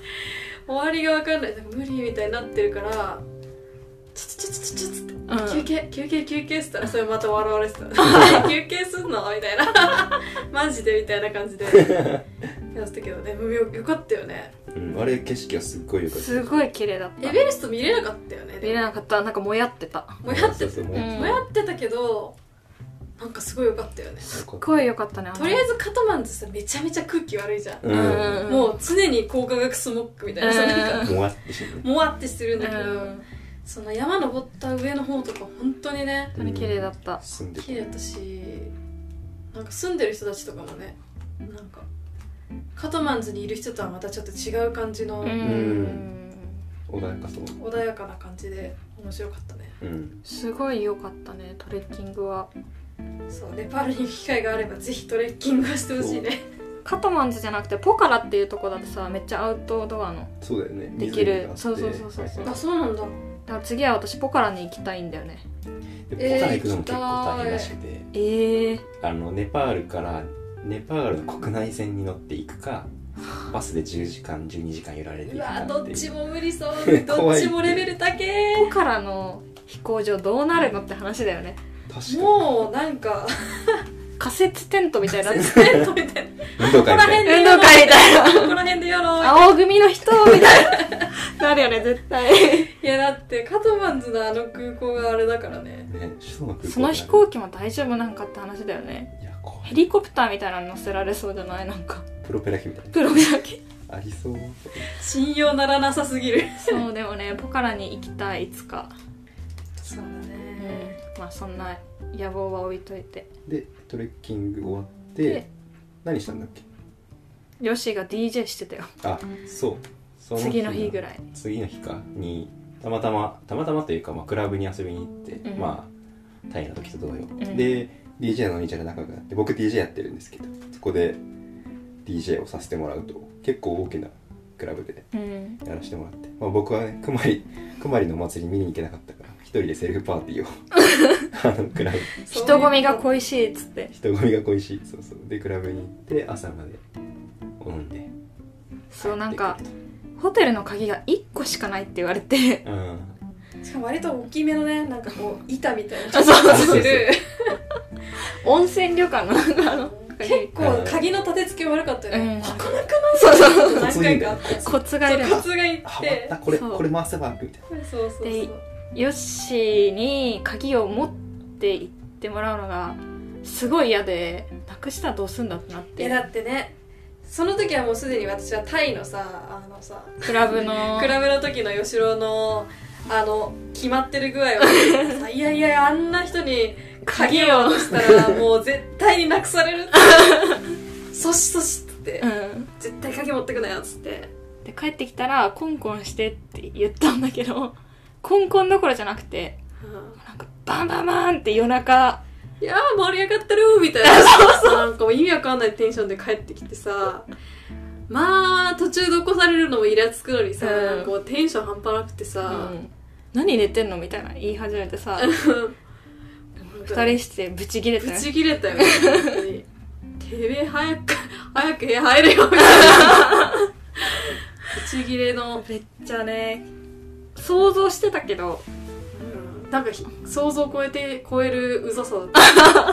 Speaker 2: 終わりが分かんないなんか無理みたいになってるから「ちょちょちょちょちょ」つって
Speaker 1: う
Speaker 2: 「休
Speaker 1: ん
Speaker 2: 憩休憩休憩」っつったらそれまた笑われて た「休憩すんの?」みたいな 「マジで?」みたいな感じでやってたけどねよよかったよね
Speaker 3: うん、あれ景色がすっごい良かった
Speaker 1: すごい綺麗だった
Speaker 2: エベレスト見れなかったよね
Speaker 1: 見れなかったなんかもやってた
Speaker 2: もやって
Speaker 3: そうそう
Speaker 1: う
Speaker 3: も
Speaker 1: ん
Speaker 2: もやってたけどなんかすごいよかったよね
Speaker 3: す
Speaker 1: すっごい良かったねの
Speaker 2: とりあえずカトマンズさめちゃめちゃ空気悪いじゃん、
Speaker 3: うん
Speaker 1: うん
Speaker 2: もう常に高化学スモックみたいな,、そのなんか
Speaker 3: もわってしてね
Speaker 2: もわってしてるんだけど、
Speaker 1: うん
Speaker 2: その山登った上の方とか本当にね
Speaker 1: 本当に綺麗だった
Speaker 3: 住んで
Speaker 2: 綺麗だったしなんか住んでる人たちとかもねなんかカトマンズにいる人とはまたちょっと違う感じの
Speaker 1: うん
Speaker 3: 穏やかそう
Speaker 2: 穏やかな感じで面白かったね
Speaker 3: うん
Speaker 1: すごい良かったねトレッキングは
Speaker 2: そうネパールに行く機会があればぜひトレッキングはしてほしいね
Speaker 1: カトマンズじゃなくてポカラっていうとこだってさめっちゃアウトドアの
Speaker 3: そうだよね
Speaker 1: できる
Speaker 3: 湖があって
Speaker 1: そうそうそうそうそう
Speaker 3: は
Speaker 2: あそうなんだ
Speaker 1: だから次は私ポカラに行きたいんだよね
Speaker 3: いでポカラ行くのも結構大変らしくて
Speaker 1: ええ
Speaker 3: あのネパールからネパールの国内線に乗っていくかバスで10時間12時間揺られていうくか
Speaker 2: わ
Speaker 3: っていう
Speaker 2: どっちも無理そうど
Speaker 3: 怖
Speaker 2: っ
Speaker 3: い
Speaker 2: ちもレベル高え
Speaker 1: ポカラの飛行場どうなるのって話だよね
Speaker 3: 確か
Speaker 2: もうなんか
Speaker 1: 仮設テントみ たいな運動
Speaker 2: テントみたいな
Speaker 3: に運動会みたいな
Speaker 1: 会みたいな
Speaker 2: ここら辺でやろう
Speaker 1: 青組の人みたい ななるよね絶対
Speaker 2: いやだってカトマンズのあの空港があれだからね
Speaker 3: ね首都の空港
Speaker 1: その飛行機も大丈夫なんかって話だよね
Speaker 3: いや怖い
Speaker 1: ヘリコプターみたいなの乗せられそうじゃないなんか
Speaker 3: プロペラ機みたい
Speaker 1: プロだけ
Speaker 3: なありそう
Speaker 2: 信用ならなさすぎる
Speaker 1: そうでもねポカラに行きたいいつか
Speaker 2: そうだね
Speaker 1: うんまあそんな野望は置いといて
Speaker 3: でトレッキング終わって
Speaker 1: で
Speaker 3: 何したんだっけ
Speaker 1: ヨシが DJ してたよ
Speaker 3: あそうそ
Speaker 1: 次の日ぐ
Speaker 3: い
Speaker 1: らい
Speaker 3: 次の日かにたまたまたまたまというか、まあ、クラブに遊びに行って、
Speaker 1: うん
Speaker 3: まあタイの時と同様、
Speaker 1: ん
Speaker 3: で DJ のお兄ちゃんが仲良くなって僕 DJ やってるんですけどそこで DJ をさせてもらうと結構大きなクラブで
Speaker 1: うん
Speaker 3: やらせてもらって、まあ、僕はねくまりくまりのお祭り見に行けなかったから一人でセルフパーティ ーをあのクラブ
Speaker 1: 人混みが恋しいっつって
Speaker 3: 人混みが恋しいそうそうでクラブに行って朝まで飲んで
Speaker 1: そうなんかホテルの鍵が1個しかないって言われて
Speaker 3: うん
Speaker 2: しかも割と大きめのねなんかこう板みたいな
Speaker 1: そうそう
Speaker 3: そ
Speaker 2: し
Speaker 3: う
Speaker 2: てる
Speaker 1: 温泉旅館のなんかあの
Speaker 2: 結構鍵の立て付け悪かったよ
Speaker 1: うん
Speaker 2: ね開かなく
Speaker 1: そうそう
Speaker 2: ない
Speaker 3: 突
Speaker 2: 何
Speaker 3: 然
Speaker 2: 回
Speaker 3: だ
Speaker 2: かあ
Speaker 3: よ
Speaker 2: っ
Speaker 3: コ ツ
Speaker 1: コツがい
Speaker 2: た
Speaker 1: る
Speaker 2: そ
Speaker 1: の
Speaker 2: うコツがい
Speaker 3: あ
Speaker 2: って
Speaker 3: またこれ
Speaker 1: そう
Speaker 3: これ回せばみたいな
Speaker 2: そうそうそう
Speaker 1: でヨッシーに鍵を持って行ってもらうのがすごい嫌でなくしたらどうすんだってなっ
Speaker 2: い
Speaker 1: て
Speaker 2: やだってねその時はもうすでに私はタイのさあのさ
Speaker 1: クラブの
Speaker 2: クラブの時の吉郎のあの決まってる具合をさいやいやあんな人に鍵を渡したらもう絶対になくされるってそしそしっつって、
Speaker 1: うん
Speaker 2: 絶対鍵持ってくなよっつって
Speaker 1: で帰ってきたらコンコンしてって言ったんだけどコンコンどころじゃなくてなんかバンバンバンって夜中
Speaker 2: いやー盛り上がってるみたい ななんかもう意味わかんないテンションで帰ってきてさまあ途中で起こされるのもイラつくのにさ、
Speaker 1: うん
Speaker 2: なんかこうテンション半端なくて
Speaker 1: う
Speaker 2: さ、
Speaker 1: ん何寝てんのみたいな言い始めてさ二人してブチギレた
Speaker 2: ぶ
Speaker 1: よね
Speaker 2: ち切れたよ、ね、本当に。てめえ、早く、早く部屋入れよ、みたいな。ぶち切れの。
Speaker 1: めっちゃね想像してたけど
Speaker 2: うんなんかひ想像を超えて超えるうざさ だ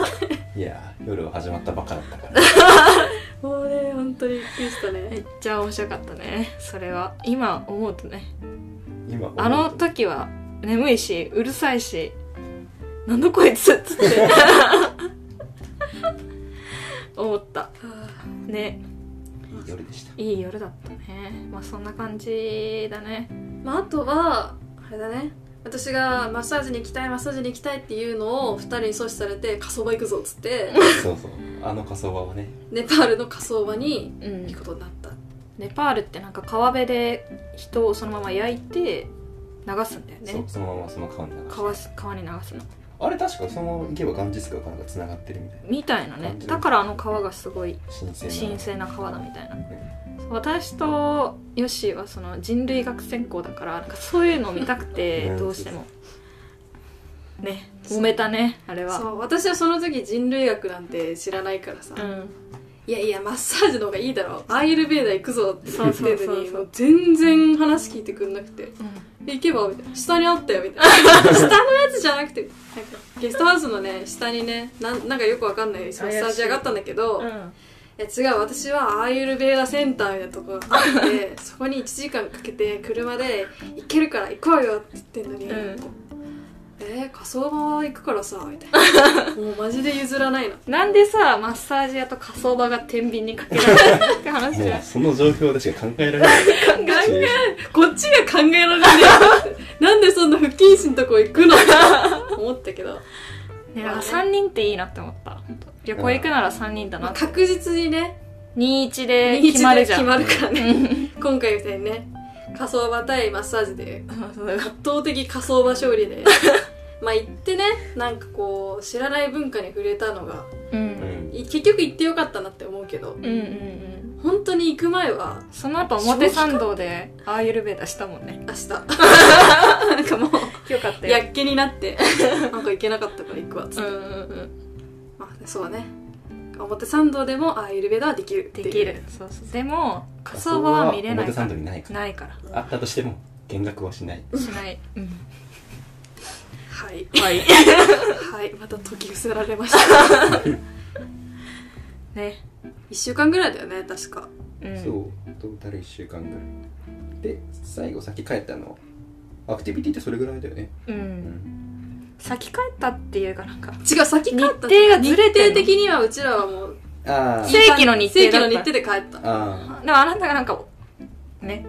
Speaker 2: った
Speaker 3: いやー夜は始まったばっかだったから
Speaker 2: もうね本当にびっくりした
Speaker 1: め
Speaker 2: ね
Speaker 1: っちゃ面白かったねそれは今思うとね
Speaker 3: 今思うと
Speaker 1: あの時は眠いしうるさいしなんだこいつっつって 思ったね
Speaker 3: いい夜 でした
Speaker 1: いい夜だったねまあそんな感じだね
Speaker 2: まあ、あとはあれだね私がマッサージに行きたいマッサージに行きたいっていうのを2人に阻止されて火葬場行くぞっ つって
Speaker 3: そうそうあの火葬場はね
Speaker 2: ネパールの火葬場に
Speaker 1: うん
Speaker 2: 行くことになった
Speaker 1: ネパールってなんか川辺で人をそのまま焼いて流すんだよ
Speaker 3: そう
Speaker 1: ね
Speaker 3: そのままその川に流して
Speaker 1: 川す川に流すの
Speaker 3: あれ確かそのまま行けばガンジス川からつながってるみたいな
Speaker 1: みたいなね
Speaker 3: 感じ
Speaker 1: だからあの川がすごい
Speaker 3: 神聖な
Speaker 1: 神聖な川だみたいな
Speaker 3: ね
Speaker 1: 私とヨッシーはその人類学専攻だからなんかそういうのを見たくて
Speaker 3: うん
Speaker 1: どうしてもね揉めたねあれは
Speaker 2: そう私はその時人類学なんて知らないからさ、
Speaker 1: うん
Speaker 2: いやいやマッサージの方がいいだろアーユルベーダ行くぞって言ってる
Speaker 1: そうそ
Speaker 2: の
Speaker 1: うそう
Speaker 2: に
Speaker 1: そう
Speaker 2: もう全然話聞いてくんなくてえ行けばみたいな下にあったよみた いな下のやつじゃなくてなんかゲストハウスのね下にねなんなんかよくわかんないマッサージ上があったんだけど、
Speaker 1: う
Speaker 2: い
Speaker 1: ん
Speaker 2: や違う私はアーユルベーダセンターみたいなとこがあって そこに1時間かけて車で行けるから行こうよって言ってんのに、
Speaker 1: うん
Speaker 2: えー、火葬場は行くからさみたい なもうマジで譲らないの
Speaker 1: なんでさマッサージ屋と火葬場が天秤にかけられるって話じ
Speaker 3: も
Speaker 1: ゃ
Speaker 3: うその状況でしか考えら れない
Speaker 1: ん
Speaker 2: ガンガンこっちが考えられねえなんでそんな不謹慎とこ行くのって思ったけど
Speaker 1: ねなんか3人っていいなって思った本当旅行行くなら3人だな
Speaker 2: 確実にね
Speaker 1: 21で
Speaker 2: 日
Speaker 1: 決まるじゃ
Speaker 2: 決
Speaker 1: ん
Speaker 2: まるからね今回みたいにね火葬場対マッサージで圧倒的火葬場勝利 でまあ行ってねなんかこう知らない文化に触れたのが
Speaker 1: うんう
Speaker 3: うんん
Speaker 2: い結局行ってよかったなって思うけど
Speaker 1: うんうん
Speaker 2: 本当に行く前は
Speaker 1: その後表参道でアーユルベーダしたもんね
Speaker 2: 明日なんかもう
Speaker 1: よかった
Speaker 2: やっけになってなんか行けなかったから行くわっつって
Speaker 1: うんうんうん
Speaker 2: まあ、そうね表参道でもアーユルベーダはできるってい
Speaker 1: で
Speaker 2: う
Speaker 1: きるそうそうでも火葬場は見れない
Speaker 3: 表
Speaker 1: か
Speaker 3: 参道
Speaker 1: ら
Speaker 3: にないから
Speaker 1: ないから
Speaker 3: あったとしても見学はしない
Speaker 1: しない、うん、
Speaker 2: はい
Speaker 1: はい
Speaker 2: はいまた解き伏せられました
Speaker 1: ね
Speaker 2: 一週間ぐらいだよね確か
Speaker 1: うん
Speaker 3: そうトータル1週間ぐらいで最後さっき帰ったのアクティビティってそれぐらいだよね、
Speaker 1: う
Speaker 3: うんん、
Speaker 1: 先帰ったっていうかなんか
Speaker 2: 違う先帰った
Speaker 1: 日程がずれてんの
Speaker 2: 日程的にはうちらはもう
Speaker 3: あ
Speaker 1: 正規の日程だった
Speaker 2: 正規の日程で帰った
Speaker 3: ああ
Speaker 1: でもあなたがなんかね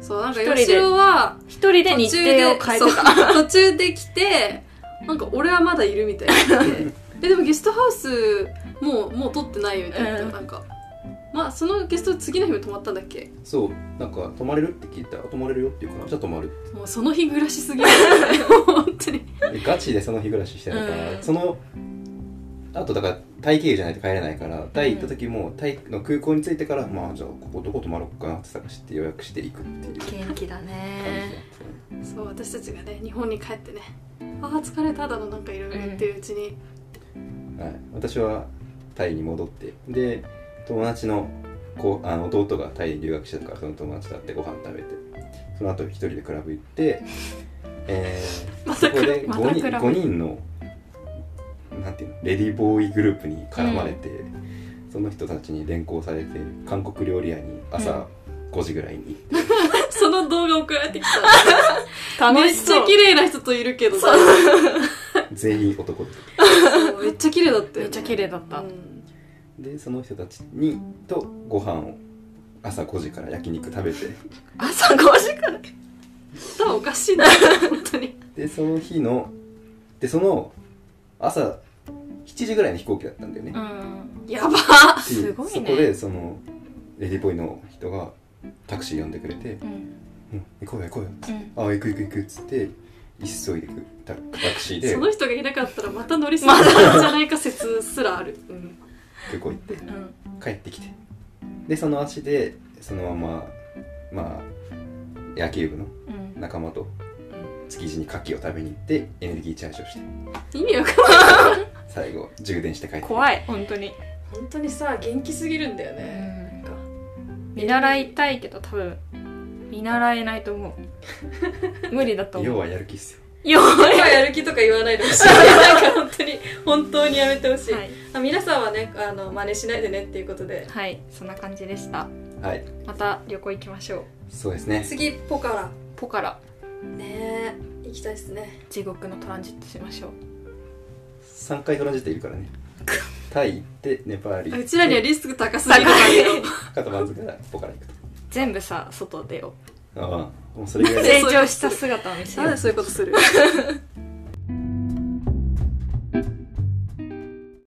Speaker 2: そうなんか
Speaker 1: 一人で
Speaker 2: 吉郎は
Speaker 1: 一人で日程を変えてた
Speaker 2: そう途中で来てなんか俺はまだいるみたいになって えでもゲストハウスもうもう取ってないよみたいな、
Speaker 1: うん
Speaker 2: なんかまあそのゲスト次の日も泊まったんだっけ
Speaker 3: そうなんか泊まれるって聞いたらあ泊まれるよって言うからじゃあ泊まるっ
Speaker 2: もうその日暮らしすぎる よね本当に
Speaker 3: てでガチでその日暮らししてたから、
Speaker 1: うん
Speaker 3: そのあとだからタイ経由じゃないと帰れないからタイ行った時もタイの空港に着いてからまあじゃあここどこ泊まろうかなって探して予約していくっていう感じだっ
Speaker 1: 元気だ
Speaker 3: たね、
Speaker 1: ね
Speaker 2: そう私たちがね日本に帰ってねああ疲れただのなんかいろいろ言ってるうちに、
Speaker 3: はい、私はタイに戻ってで友達のこうあの弟がタイに留学してたからその友達と会ってご飯食べてその後一人でクラブ行って、えー
Speaker 2: また
Speaker 3: そこで
Speaker 1: また
Speaker 3: 5
Speaker 1: ク
Speaker 3: 人
Speaker 1: ラブ
Speaker 3: 五人のなんていうのレディーボーイグループに絡まれて、その人たちに連行されて韓国料理屋に朝5時ぐらいに行って、
Speaker 2: その動画送られてきた
Speaker 1: 楽
Speaker 2: め
Speaker 1: し
Speaker 2: っちゃ
Speaker 1: そう
Speaker 2: 綺麗な人といる けどさ
Speaker 3: 全員男で
Speaker 2: そうめっちゃ綺麗だった
Speaker 1: め
Speaker 2: よ、ね、
Speaker 1: っちゃ綺麗だった、
Speaker 2: うん
Speaker 3: でその人たちにとご飯を朝5時から焼肉食べて
Speaker 1: 朝5時から
Speaker 2: 頭おかしいな本 当に
Speaker 3: でその日のでその朝7時ぐらいの飛行機だったんだよね、
Speaker 1: うん
Speaker 2: やば
Speaker 3: です
Speaker 1: ごいね
Speaker 3: そこでそのレディーボーイの人がタクシー呼んでくれて
Speaker 1: うん
Speaker 3: 「うん、行こうよ行こうよ
Speaker 1: うん」
Speaker 3: あ行く行く行く」っつって急いでくタタクシーで
Speaker 2: その人がいなかったらまた乗り過ぎたんじゃないか説すらある、うん、
Speaker 3: 空港行って
Speaker 1: うん
Speaker 3: 帰ってきてでその足でそのまままあ野球部の
Speaker 1: うん
Speaker 3: 仲間と築地に牡蠣を食べに行ってエネルギーチャージをして
Speaker 2: 意味わかんない
Speaker 3: 最後充電して帰って
Speaker 1: 怖い本当に、
Speaker 2: 本当にさ元気すぎるんだよね、なんか
Speaker 1: 見習いたいけど多分見習えないと思う無理だと思
Speaker 3: 要
Speaker 1: う
Speaker 3: はやる気っすよ
Speaker 1: 弱い
Speaker 2: 今やる気とか言わないでほしい。なんか本当に、本当にやめてほしい。
Speaker 1: はい、
Speaker 2: あ皆さんはね、あの、真似しないでねっていうことで。
Speaker 1: はい、そんな感じでした
Speaker 3: はい
Speaker 1: また旅行行きましょう
Speaker 3: そうですね
Speaker 2: 次、ポカラ。
Speaker 1: ポカラ
Speaker 2: ねえ、行きたいですね。
Speaker 1: 地獄のトランジットしましょう
Speaker 3: 3回トランジットいるか らねタイ行ってネパール行って
Speaker 2: うちらにはリスク高すぎるから
Speaker 3: カタマンズからポカラ行くと
Speaker 1: 全部さ外出よ
Speaker 3: ああもうそれぐ
Speaker 1: う
Speaker 3: らい
Speaker 2: ぜ
Speaker 3: で
Speaker 1: 成長した姿を見せ
Speaker 2: な
Speaker 1: よ
Speaker 2: ん
Speaker 1: う
Speaker 2: でそういうことする